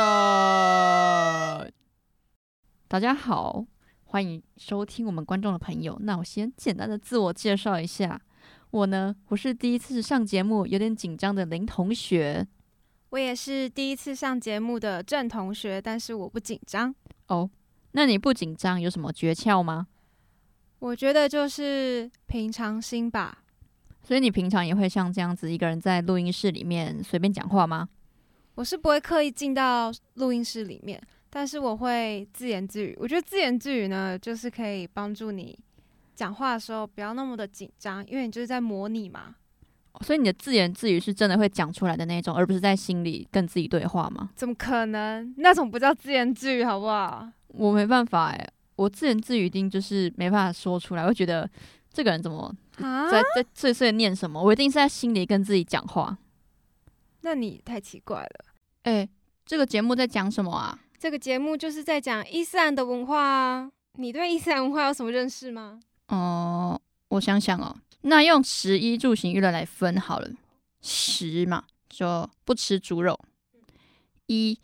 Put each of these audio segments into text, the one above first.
胜。大家好，欢迎收听我们观众的朋友。那我先简单的自我介绍一下，我呢，我是第一次上节目有点紧张的林同学。我也是第一次上节目的郑同学，但是我不紧张。那你不紧张有什么诀窍吗？我觉得就是平常心吧。所以你平常也会像这样子一个人在录音室里面随便讲话吗？我是不会刻意进到录音室里面，但是我会自言自语。我觉得自言自语呢，就是可以帮助你讲话的时候不要那么的紧张，因为你就是在模拟嘛。所以你的自言自语是真的会讲出来的那种，而不是在心里跟自己对话吗？怎么可能？那种不叫自言自语，好不好？我没办法哎、我自言自语一定就是没办法说出来，我会觉得这个人怎么啊？在在碎碎念什么，我一定是在心里跟自己讲话。那你太奇怪了。哎、这个节目在讲什么啊？这个节目就是在讲伊斯兰的文化啊。你对伊斯兰文化有什么认识吗？哦、我想想哦，那用食衣住行娱乐来分好了，食嘛就不吃猪肉，一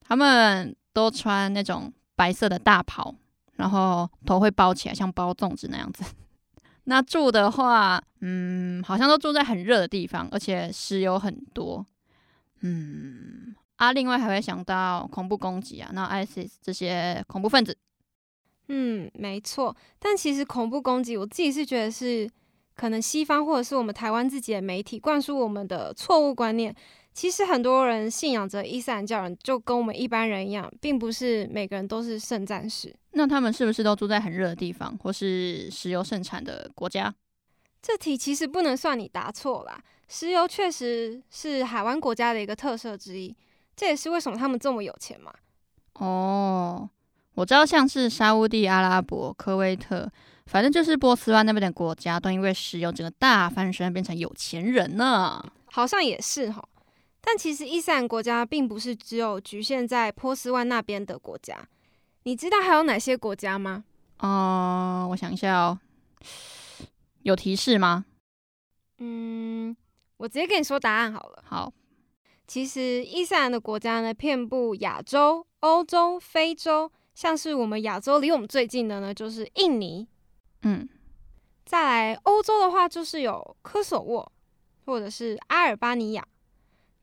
他们都穿那种白色的大袍，然后头会包起来，像包粽子那样子。 那住的话，嗯，好像都住在很热的地方，而且石油很多，嗯啊，另外还会想到恐怖攻击啊，那 ISIS 这些恐怖分子，嗯，没错。但其实恐怖攻击，我自己是觉得是可能西方或者是我们台湾自己的媒体灌输我们的错误观念。其实很多人信仰着伊斯兰教人，就跟我们一般人一样，并不是每个人都是圣战士。那他们是不是都住在很热的地方，或是石油盛产的国家？这题其实不能算你答错啦。石油确实是海湾国家的一个特色之一，这也是为什么他们这么有钱嘛。哦，我知道，像是沙乌地阿拉伯、科威特，反正就是波斯湾那边的国家，都因为石油整个大翻身，变成有钱人呢。好像也是哈。但其实伊斯兰国家并不是只有局限在波斯湾那边的国家，你知道还有哪些国家吗？哦、我想一下哦，有提示吗？嗯，我直接跟你说答案好了。好，其实伊斯兰的国家呢，遍布亚洲、欧洲、非洲，像是我们亚洲离我们最近的呢，就是印尼。嗯，再来欧洲的话，就是有科索沃，或者是阿尔巴尼亚。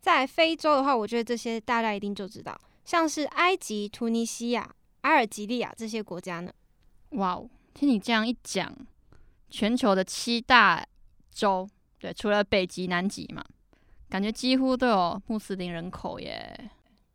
在非洲的话，我觉得这些大家一定就知道，像是埃及、突尼西亚、阿尔及利亚这些国家呢。哇哦，听你这样一讲，全球的七大洲，对，除了北极、南极嘛，感觉几乎都有穆斯林人口耶。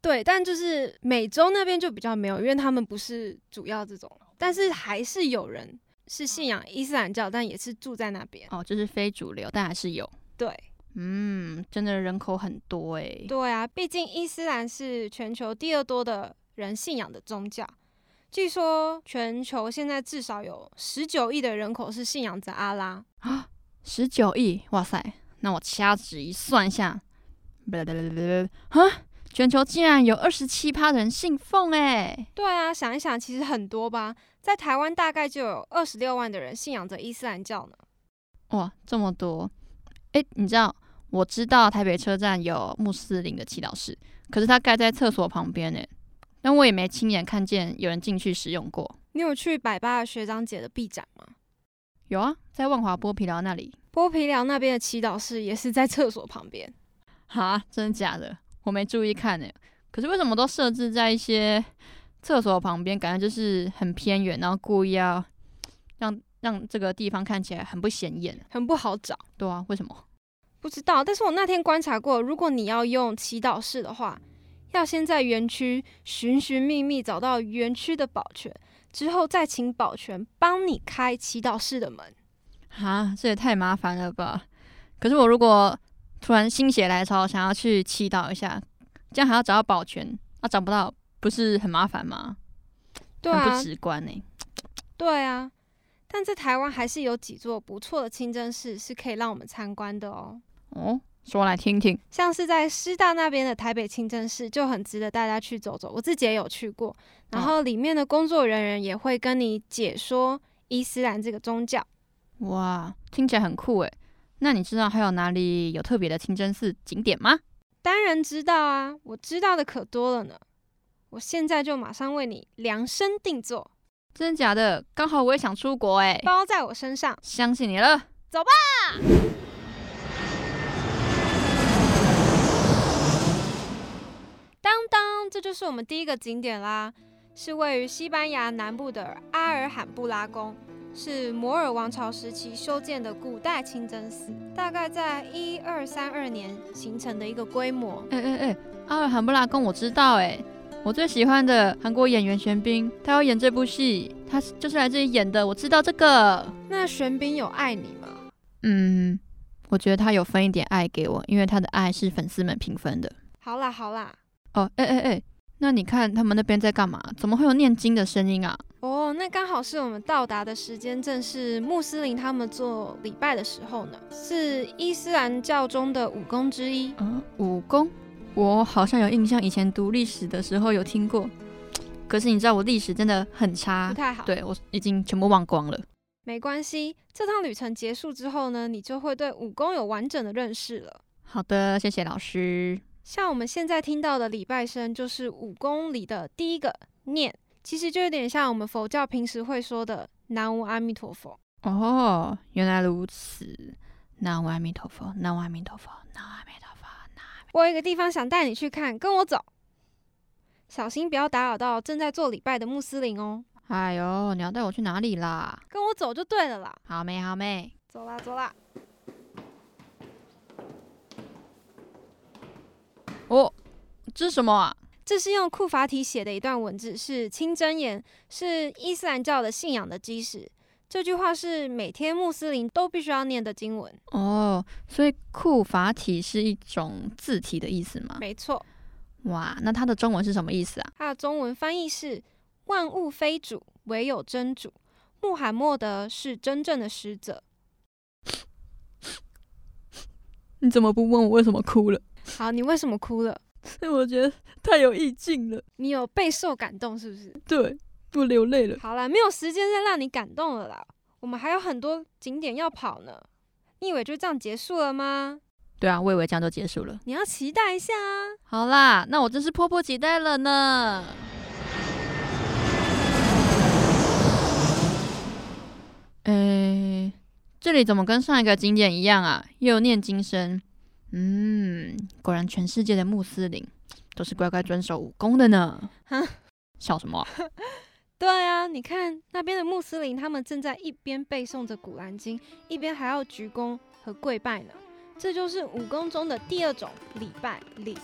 对，但就是美洲那边就比较没有，因为他们不是主要这种，但是还是有人是信仰伊斯兰教，但也是住在那边。哦，就是非主流，但还是有。对，嗯，真的人口很多欸诶。对啊，毕竟伊斯兰是全球第二多的人信仰的宗教。据说全球现在至少有十九亿的人口是信仰着阿拉。十九亿，哇塞！那我掐指一算一下，啊，全球竟然有二十七趴人信奉欸诶。对啊，想一想，其实很多吧，在台湾大概就有二十六万的人信仰着伊斯兰教呢。哇，这么多！诶，你知道，我知道台北车站有穆斯林的祈祷室，可是它盖在厕所旁边诶，但我也没亲眼看见有人进去使用过。你有去百巴的学长姐的臂展吗？有啊，在万华剥皮寮那里。剥皮寮那边的祈祷室也是在厕所旁边。哈，真的假的？我没注意看诶。可是为什么都设置在一些厕所旁边，感觉就是很偏远，然后故意要让让这个地方看起来很不显眼？很不好找。对啊，为什么？不知道，但是我那天观察过，如果你要用祈祷室的话，要先在园区寻寻觅觅找到园区的保全，之后再请保全帮你开祈祷室的门。哈，这也太麻烦了吧！可是我如果突然心血来潮想要去祈祷一下，这样还要找到保全，啊，找不到，不是很麻烦吗？对很啊不，直观呢、对啊。但在台湾还是有几座不错的清真寺是可以让我们参观的哦，哦，说来听听。像是在师大那边的台北清真寺就很值得大家去走走，我自己也有去过。嗯然后里面的工作人员也会跟你解说伊斯兰这个宗教。哇，听起来很酷诶。那你知道还有哪里有特别的清真寺景点吗？当然知道啊，我知道的可多了呢。我现在就马上为你量身定做，真的假的？刚好我也想出国哎、包在我身上。相信你了。走吧。当当，这就是我们第一个景点啦，是位于西班牙南部的阿尔罕布拉宫，是摩尔王朝时期修建的古代清真寺，大概在一二三二年形成的一个规模。哎哎哎，阿尔罕布拉宫我知道哎、我最喜欢的韩国演员玄彬，他要演这部戏，他是就是来这里演的，我知道这个。那玄彬有爱你吗？嗯，我觉得他有分一点爱给我，因为他的爱是粉丝们平分的。好啦好啦，哦，哎哎哎，那你看他们那边在干嘛？怎么会有念经的声音啊？哦，那刚好是我们到达的时间，正是穆斯林他们做礼拜的时候呢，是伊斯兰教中的武功之一。嗯，武功，我好像有印象，以前读历史的时候有听过，可是你知道我历史真的很差不，太好，，啊对我已经全部忘光了。没关系。这趟旅程结束之后呢，你就会对武功有完整的认识了。好的，谢谢老师。像我们现在听到的礼拜声，就是武功里的第一个念，其实就有点像我们佛教平时会说的“南无阿弥陀佛哦，原来如此。南无阿弥陀佛，南无阿弥陀佛，南无阿弥陀佛。”。我有一个地方想带你去看，跟我走，小心不要打扰到正在做礼拜的穆斯林哦。哎呦，你要带我去哪里啦？跟我走就对了啦，好妹，好妹。走啦走啦。哦，这是什么啊？这是用库法体写的一段文字，是清真言，是伊斯兰教的信仰的基石。这句话是每天穆斯林都必须要念的经文。哦，所以库法体是一种字体的意思吗？没错，哇，那它的中文是什么意思啊？它的中文翻译是“万物非主，唯有真主”。穆罕默德是真正的使者。你怎么不问我为什么哭了？ 好，你为什么哭了？我觉得太有意境了，你有备受感动是不是？对，我流泪了。好啦，没有时间再让你感动了啦。我们还有很多景点要跑呢。你以为就这样结束了吗？对啊，我以为这样就结束了。你要期待一下啊！ 好啦，那我真是迫不及待了呢。诶，这里怎么跟上一个景点一样啊？又有念经声。嗯，果然全世界的穆斯林都是乖乖遵守武功的呢哈。笑什么 啊、对啊，你看那边的穆斯林，他们正在一边背诵着《古兰经》，一边还要鞠躬和跪拜呢。这就是武功中的第二种礼拜礼。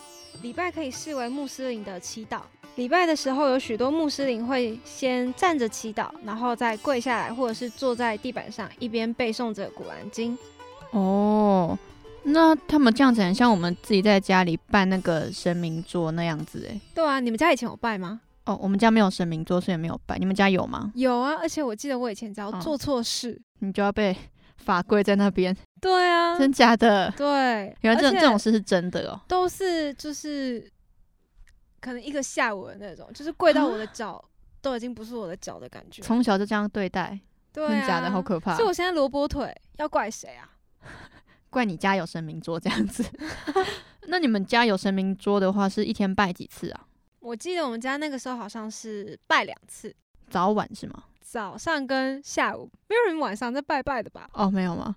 礼拜可以视为穆斯林的祈祷。礼拜的时候，有许多穆斯林会先站着祈祷，然后再跪下来，或者是坐在地板上，一边背诵着《古兰经》。哦，那他们这样子很像我们自己在家里办那个神明桌那样子诶。对啊，你们家以前有拜吗？哦，我们家没有神明桌，所以没有拜。你们家有吗？有啊，而且我记得我以前只要嗯做错事，你就要被法跪在那边，对啊，真假的？对，原来这而种且这种事是真的哦。都是就是可能一个下午的那种，就是跪到我啊的脚都已经不是我的脚的感觉。从小就这样对待，对、啊，真假的好可怕哦所以。我现在萝卜腿要怪谁啊？怪你家有神明桌这样 子。那你们家有神明桌的话，是一天拜几次啊？我记得我们家那个时候好像是拜两次，早晚是吗？早上跟下午，没有人晚上在拜拜的吧？哦，没有吗？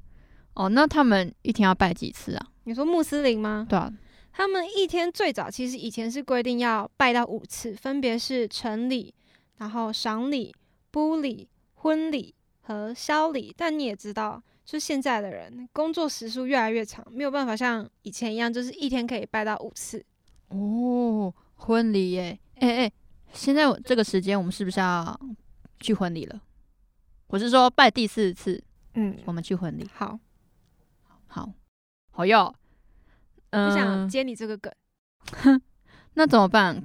哦，那他们一天要拜几次啊？你说穆斯林吗？对啊，他们一天最早其实以前是规定要拜到五次，分别是晨礼，然后赏礼、布礼、婚礼和宵礼。但你也知道，就现在的人工作时数越来越长，没有办法像以前一样，就是一天可以拜到五次。哦，婚礼耶，哎、哎、现在我这个时间我们是不是要去婚礼了？我是说拜第四次，嗯，我们去婚礼。好，好，好哟。不嗯，想接你这个梗。那怎么办？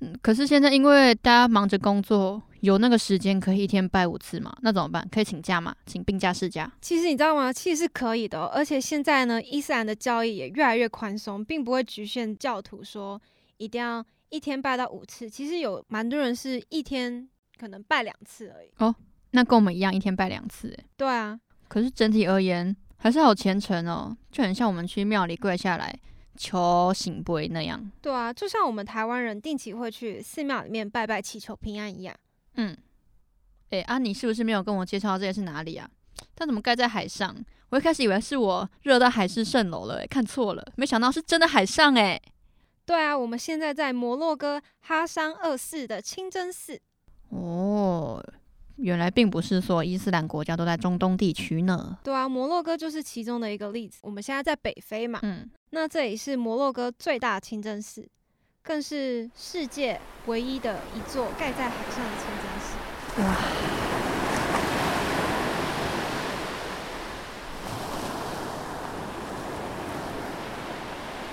嗯，可是现在因为大家忙着工作，有那个时间可以一天拜五次嘛？那怎么办？可以请假嘛？请病假、事假？其实你知道吗？其实是可以的哦、而且现在呢，伊斯兰的教义也越来越宽松，并不会局限教徒说一定要一天拜到五次。其实有蛮多人是一天可能拜两次而已。那跟我们一样，一天拜两次欸。对啊，可是整体而言，还是好虔诚哦，就很像我们去庙里跪下来求醒杯那样。对啊，就像我们台湾人定期会去寺庙里面拜拜祈求平安一样。嗯，哎、啊，你是不是没有跟我介绍这个是哪里啊？它怎么盖在海上？我一开始以为是我热到海市蜃楼了、欸，看错了，没想到是真的海上哎、对啊，我们现在在摩洛哥哈山二世的清真寺。哦，原来并不是所有伊斯兰国家都在中东地区呢。对啊，摩洛哥就是其中的一个例子。我们现在在北非嘛，嗯，那这里是摩洛哥最大的清真寺，更是世界唯一的一座盖在海上的清真寺。哇！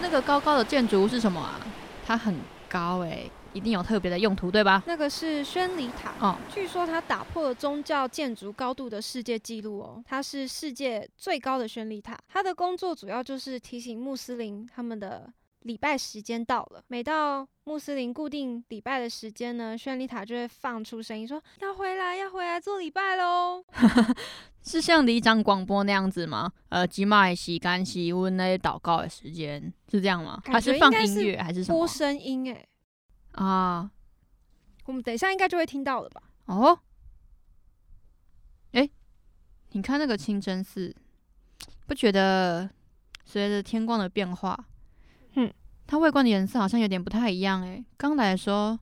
那个高高的建筑物是什么啊？它很高诶、一定有特别的用途，对吧？那个是宣礼塔，哦，据说它打破了宗教建筑高度的世界纪录哦，它是世界最高的宣礼塔。它的工作主要就是提醒穆斯林他们的礼拜时间到了，每到穆斯林固定礼拜的时间呢，宣礼塔就会放出声音说要回来，要回来做礼拜喽。是像里长广播那样子吗？呃，吉玛也洗干洗问那些祷告的时间是这样吗？感觉还是放应该是音乐还是什播么声音诶，啊？我们等一下应该就会听到了吧？哦，哎，你看那个清真寺，不觉得随着天光的变化，嗯，它外观的颜色好像有点不太一样哎。刚来的时候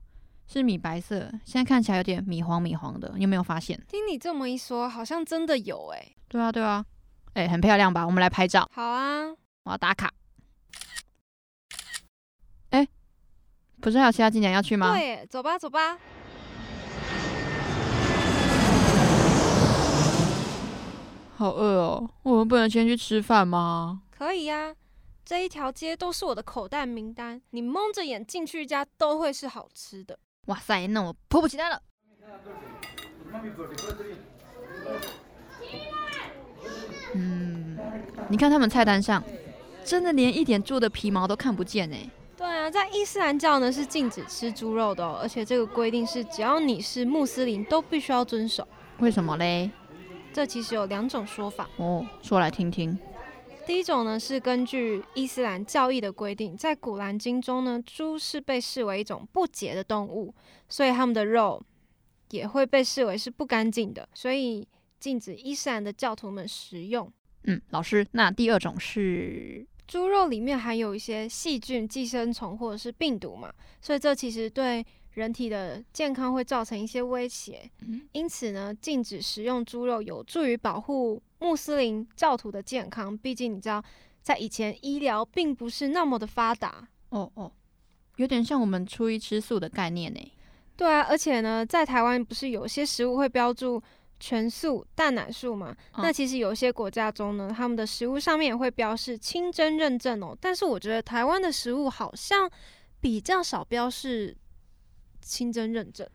是米白色，现在看起来有点米黄米黄的，你有没有发现？听你这么一说，好像真的有诶。对啊，对啊，哎，很漂亮吧？我们来拍照，好啊，我要打卡。哎，不是还有其他景点要去吗？对耶，走吧，走吧。好饿哦，我们不能先去吃饭吗？可以呀、这一条街都是我的口袋名单，你蒙着眼进去一家都会是好吃的。哇塞，那我迫不及待了。嗯，你看他们菜单上，真的连一点猪的皮毛都看不见哎、对啊，在伊斯兰教呢是禁止吃猪肉的哦，而且这个规定是只要你是穆斯林都必须要遵守。为什么嘞？这其实有两种说法，哦，说来听听。第一种呢是根据伊斯兰教义的规定，在古兰经中呢，猪是被视为一种不洁的动物，所以它们的肉也会被视为是不干净的，所以禁止伊斯兰的教徒们食用。嗯，老师，那第二种是，猪肉里面含有一些细菌、寄生虫或者是病毒嘛，所以这其实对人体的健康会造成一些威胁。嗯因此呢，禁止食用猪肉有助于保护穆斯林教徒的健康。毕竟你知道，在以前医疗并不是那么的发达。哦哦，有点像我们初一吃素的概念呢、对啊，而且呢，在台湾不是有些食物会标注全素、蛋奶素嘛？嗯那其实有些国家中呢，他们的食物上面也会标示清真认证哦。但是我觉得台湾的食物好像比较少标示清真认证。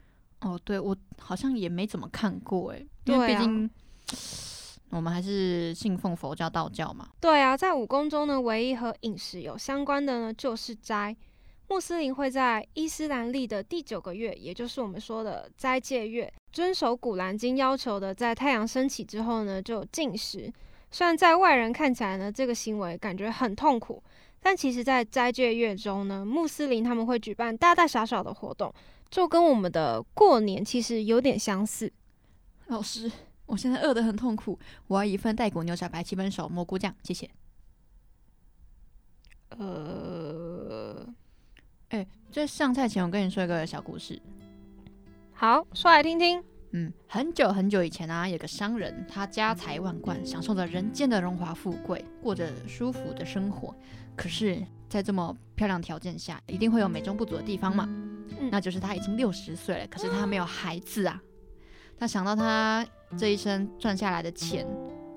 哦，对我好像也没怎么看过哎、因为对毕啊竟我们还是信奉佛教、道教嘛。对啊，在武功中呢，唯一和饮食有相关的呢就是斋。穆斯林会在伊斯兰历的第九个月，也就是我们说的斋戒月，遵守古兰经要求的，在太阳升起之后呢，就禁食。虽然在外人看起来呢，这个行为感觉很痛苦，但其实，在斋戒月中呢，穆斯林他们会举办大大小小的活动，就跟我们的过年其实有点相似。老师，我现在饿得很痛苦，我要一份带骨牛小排、七分熟、蘑菇酱，谢谢。呃，哎、在上菜前，我跟你说一个小故事。好，说来听听。嗯，很久很久以前啊，有个商人，他家财万贯，享受着人间的荣华富贵，过着舒服的生活。可是，在这么漂亮条件下，一定会有美中不足的地方嘛。嗯那就是他已经六十岁了，可是他没有孩子啊。他想到他这一生赚下来的钱，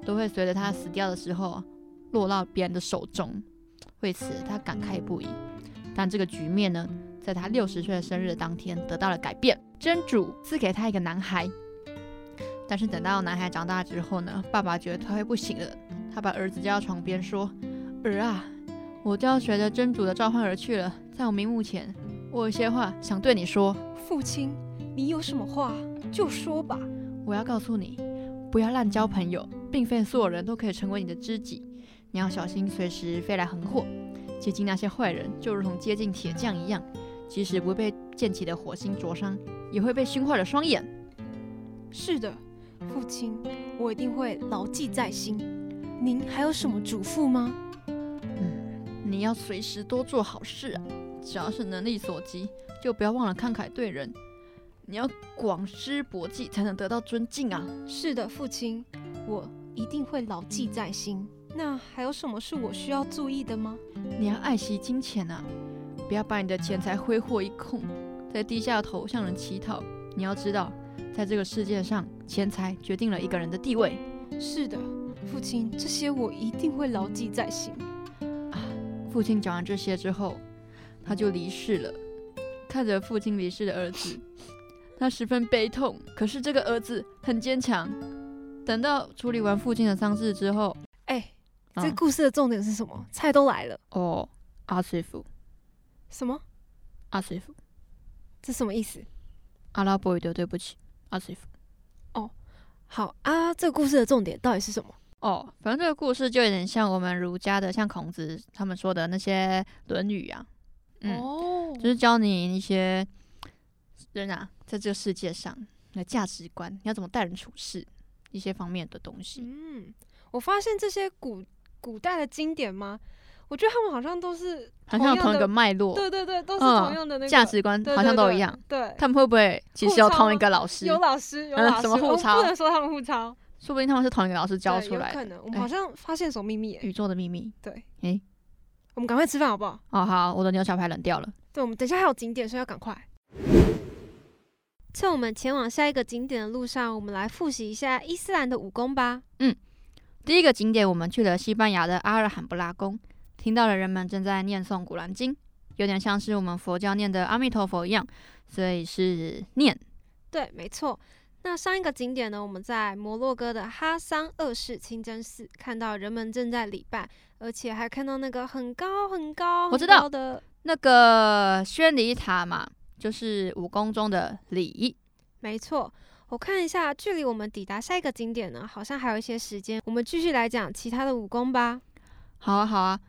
都会随着他死掉的时候落到别人的手中，为此他感慨不已。但这个局面呢，在他六十岁的生日的当天得到了改变，真主赐给他一个男孩。但是等到男孩长大之后呢，爸爸觉得他会不行了，他把儿子叫到床边说：“儿啊，我就要随着真主的召唤而去了，在我瞑目前，我有些话想对你说。父亲，你有什么话就说吧。我要告诉你，不要滥交朋友，并非所有人都可以成为你的知己。你要小心随时飞来横祸。接近那些坏人，就如同接近铁匠一样，即使不会被溅起的火星灼伤，也会被熏坏了双眼。是的，父亲，我一定会牢记在心。您还有什么嘱咐吗？你要随时多做好事啊，只要是能力所及，就不要忘了慷慨对人。你要广施博济，才能得到尊敬啊！是的，父亲，我一定会牢记在心。那还有什么是我需要注意的吗？你要爱惜金钱啊，不要把你的钱财挥霍一空，再低下头向人乞讨。你要知道，在这个世界上，钱财决定了一个人的地位。是的，父亲，这些我一定会牢记在心。父亲讲完这些之后，他就离世了。看着父亲离世的儿子，他十分悲痛。可是这个儿子很坚强。等到处理完父亲的丧事之后，哎，啊这故事的重点是什么？菜都来了，哦，阿水夫，什么？阿水夫，这什么意思？阿拉伯语的对不起，阿水夫。好啊，这个故事的重点到底是什么？哦，反正这个故事就有点像我们儒家的，像孔子他们说的那些《论语》啊，嗯，哦就是教你一些人啊，在这个世界上你的价值观，你要怎么待人处事，一些方面的东西。嗯，我发现这些古古代的经典吗？我觉得他们好像都是好像有同一个同样脉络，对对对，都是嗯同样的那个价值观对好像都一样。。对对对他们会不会其实有同一个老师？有老师有嗯老师，什么互我抄不能说他们互抄，说不定他们是同一个老师教对出来有可的。能。我们哎好像发现什么秘密耶？宇宙的秘密。对，诶我们赶快吃饭好不好？哦，好，我的牛小排冷掉了。对，我们等一下还有景点，所以要赶快。 趁我们前往下一个景点的路上，我们来复习一下伊斯兰的武功吧。第一个景点，我们去了西班牙的阿尔罕布拉宫，听到了人们正在念诵《古兰经》，有点像是我们佛教念的阿弥陀佛一样，所以是念。对，没错。那上一个景点呢，我们在摩洛哥的哈桑二世清真寺看到人们正在礼拜，而且还看到那个很高很高，我很知道高的，那个宣礼塔嘛，就是武功中的礼。没错。我看一下，距离我们抵达下一个景点呢，好像还有一些时间。我们继续来讲其他的武功吧。好啊，好啊，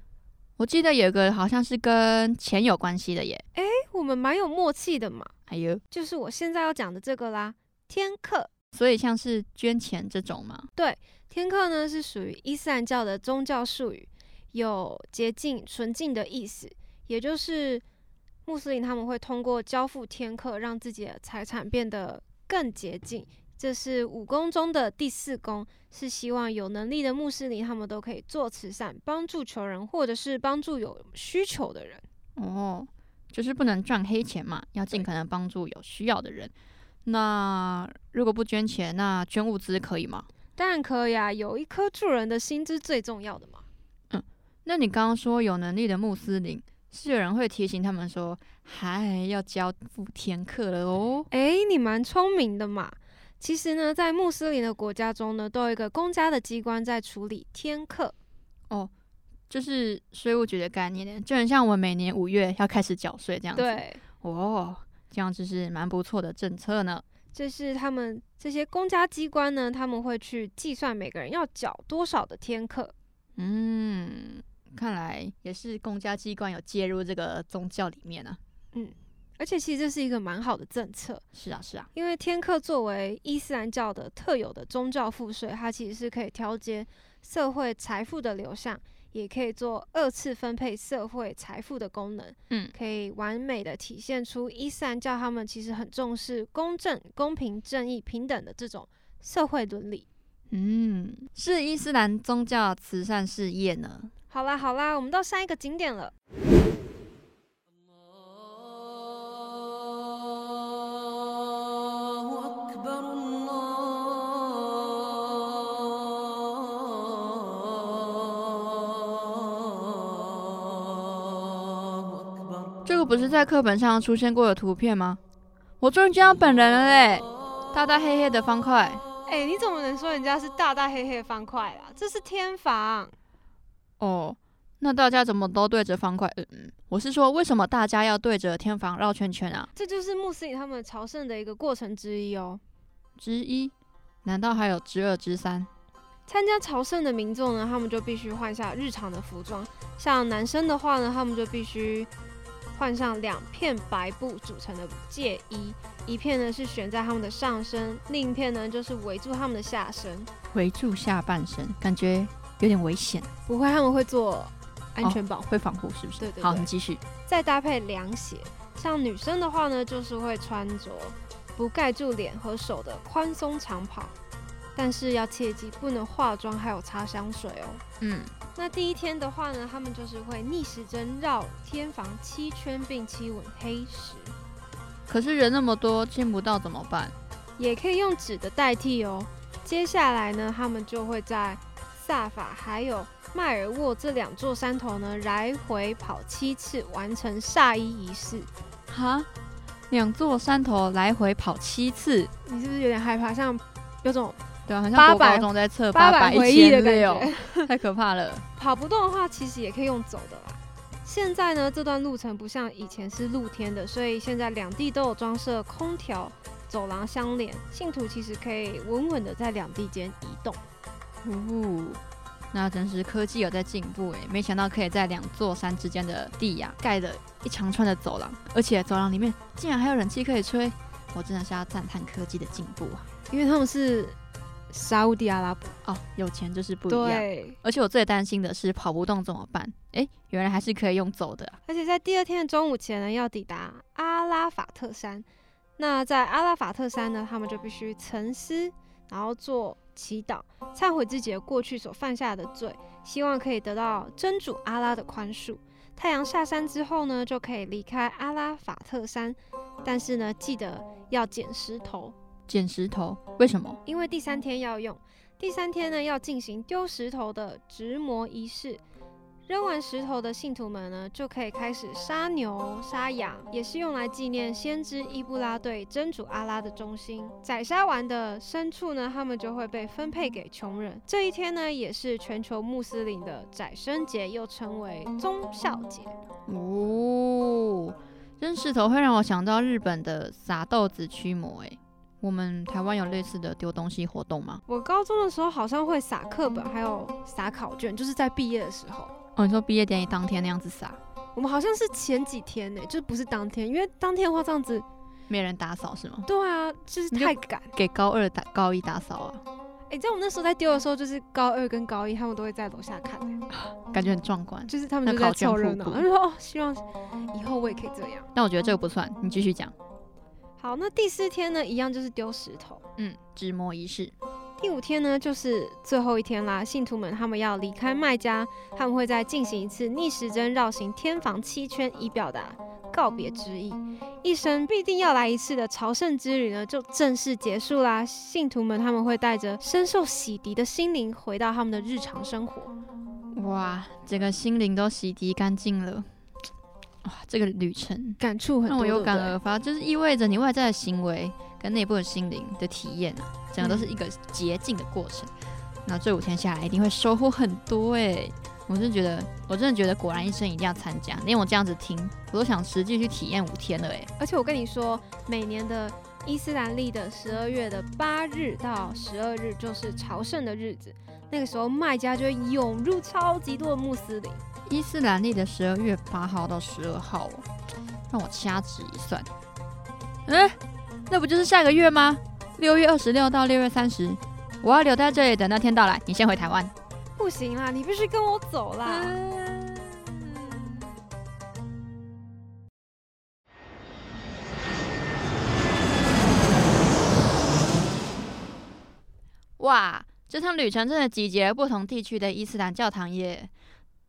我记得有一个好像是跟钱有关系的耶。诶我们蛮有默契的嘛，哎呦，就是我现在要讲的这个啦。天课，所以像是捐钱这种嘛，天课呢是属于伊斯兰教的宗教术语，有洁净、纯净的意思，也就是穆斯林他们会通过交付天课，让自己的财产变得更洁净。这是武功中的第四功，是希望有能力的穆斯林他们都可以做慈善，帮助穷人或者是帮助有需求的人。哦，就是不能赚黑钱嘛，要尽可能帮助有需要的人。那如果不捐钱，那捐物资可以吗？当然可以啊，有一颗助人的心这是最重要的嘛。那你刚刚说有能力的穆斯林，是有人会提醒他们说，嗨，要交付天课了哦。诶，你蛮聪明的嘛。其实呢，在穆斯林的国家中呢，都有一个公家的机关在处理天课。就是税务局的概念，就很像我们每年五月要开始缴税这样子。，对，哦，这样就是蛮不错的政策呢。这是他们这些公家机关呢，他们会去计算每个人要缴多少的天课。嗯，看来也是公家机关有介入这个宗教里面啊。而且其实这是一个蛮好的政策，是啊，是啊。因为天课作为伊斯兰教的特有的宗教赋税，它其实是可以调节社会财富的流向，也可以做二次分配社会财富的功能。嗯可以完美的体现出伊斯兰教他们其实很重视公正、公平、正义、平等的这种社会伦理。嗯，是伊斯兰宗教慈善事业呢。好啦好啦，我们到下一个景点了。 الله أكبر الله أكبر 这个不是在课本上出现过的图片吗？我终于见到本人了嘞！大大黑黑的方块。哎、你怎么能说人家是大大黑黑的方块啊啦？这是天房。哦，那大家怎么都对着方块？嗯嗯，我是说，为什么大家要对着天房绕圈圈啊？这就是穆斯林他们朝圣的一个过程之一哦。之一，难道还有之二、之三？参加朝圣的民众呢，他们就必须换下日常的服装，像男生的话呢，他们就必须换上两片白布组成的戒衣，一片呢是悬在他们的上身，另一片呢就是围住他们的下身。围住下半身，感觉有点危险，不会，他们会做安全保护。会防护是不是？对对对好，你继续。再搭配凉鞋。像女生的话呢，就是会穿着不盖住脸和手的宽松长袍，但是要切记不能化妆，还有擦香水哦。嗯，那第一天的话呢，他们就是会逆时针绕天房七圈，并七吻黑石，可是人那么多，见不到怎么办？也可以用纸的代替哦。接下来呢，他们就会在萨法还有迈尔沃这两座山头呢来回跑七次，完成萨伊仪式。哈，两座山头来回跑七次，你是不是有点害怕？像有种对啊，好像八国百高中在测八百百回一忆的千感六，觉。 太可怕了。跑不动的话，其实也可以用走的啦。现在呢，这段路程不像以前是露天的，所以现在两地都有装设空调，走廊相连，信徒其实可以稳稳的在两地间移动。呜、嗯那真是科技有在进步诶，没想到可以在两座山之间的地呀、盖了一长串的走廊，而且走廊里面竟然还有冷气可以吹，我真的是要赞叹科技的进步啊！因为他们是沙烏地阿拉伯，哦，有钱就是不一样。对。而且我最担心的是跑不动怎么办？诶，原来还是可以用走的啊、而且在第二天的中午前呢，要抵达阿拉法特山。那在阿拉法特山呢，他们就必须沉思，然后做祈祷，忏悔自己的过去所犯下的罪，希望可以得到真主阿拉的宽恕。太阳下山之后呢，就可以离开阿拉法特山，但是呢，记得要捡石头，捡石头，为什么？因为第三天要用。第三天呢，要进行丢石头的直磨仪式。扔完石头的信徒们呢，就可以开始杀牛、杀羊，也是用来纪念先知伊布拉对真主阿拉的忠心。宰杀完的牲畜呢，他们就会被分配给穷人。这一天呢，也是全球穆斯林的宰牲节，又称为忠孝节。哦，扔石头会让我想到日本的撒豆子驱魔。诶，我们台湾有类似的丢东西活动吗？我高中的时候好像会撒课本，还有撒考卷，就是在毕业的时候。哦，你说毕业典礼当天那样子撒，我们好像是前几天呢、就不是当天，因为当天的话这样子，没人打扫是吗？对啊，就是你就太赶。给高二打高一打扫啊，哎、在我们那时候在丢的时候，就是高二跟高一他们都会在楼下看、嗯感觉很壮观。就是他那们就在考卷凑热互闹。补他就说哦，希望以后我也可以这样。但我觉得这个不算，你继续讲。好，那第四天呢，一样就是丢石头。嗯，直摸仪式，第五天呢，就是最后一天啦。信徒们他们要离开麦家，他们会再进行一次逆时针绕行天房七圈，以表达告别之意。一生必定要来一次的朝圣之旅呢，就正式结束啦。信徒们他们会带着深受洗涤的心灵，回到他们的日常生活。哇，整个心灵都洗涤干净了。哇，这个旅程感触很让我多，有感对不对而发，就是意味着你外在的行为跟内部的心灵的体验啊，整个都是一个洁净的过程。那这五天下来，一定会收获很多诶、我真的觉得，我真的觉得，果然一生一定要参加。连我这样子听，我都想实际去体验五天了诶、欸而且我跟你说，每年的伊斯兰历的十二月的八日到十二日就是朝圣的日子，那个时候卖家就会涌入超级多的穆斯林。伊斯兰历的十二月八号到十二号哦，让我掐指一算，嗯，那不就是下个月吗？六月二十六到六月三十，我要留在这里等那天到来。你先回台湾。不行啦，你必须跟我走啦！嗯哇，这趟旅程真的集结了不同地区的伊斯兰教堂耶，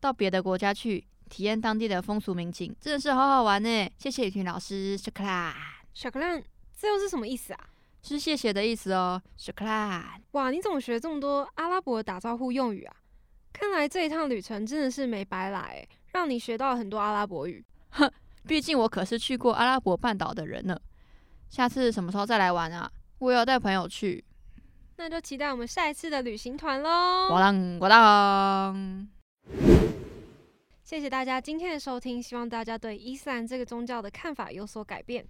到别的国家去体验当地的风俗民情，真的是好好玩呢。谢谢雨婷老师，谢克拉，小克兰，这又是什么意思啊？是谢谢的意思哦，谢克拉。哇，你怎么学这么多阿拉伯的打招呼用语啊？看来这一趟旅程真的是没白来、欸，让你学到了很多阿拉伯语。毕竟我可是去过阿拉伯半岛的人呢。下次什么时候再来玩啊？我也要带朋友去。那就期待我们下一次的旅行团喽！我当我当，谢谢大家今天的收听，希望大家对伊斯兰这个宗教的看法有所改变。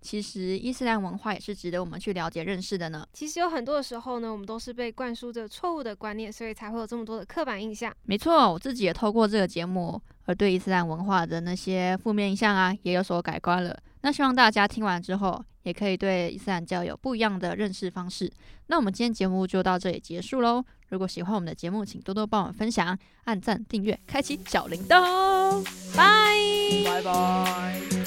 其实伊斯兰文化也是值得我们去了解认识的呢。其实有很多的时候呢，我们都是被灌输着错误的观念，所以才会有这么多的刻板印象。没错，我自己也透过这个节目，而对伊斯兰文化的那些负面印象啊，也有所改观了。那希望大家听完之后，也可以对伊斯兰教有不一样的认识方式。那我们今天节目就到这里结束喽。如果喜欢我们的节目，请多多帮我们分享、按赞、订阅、开启小铃铛。拜。拜拜。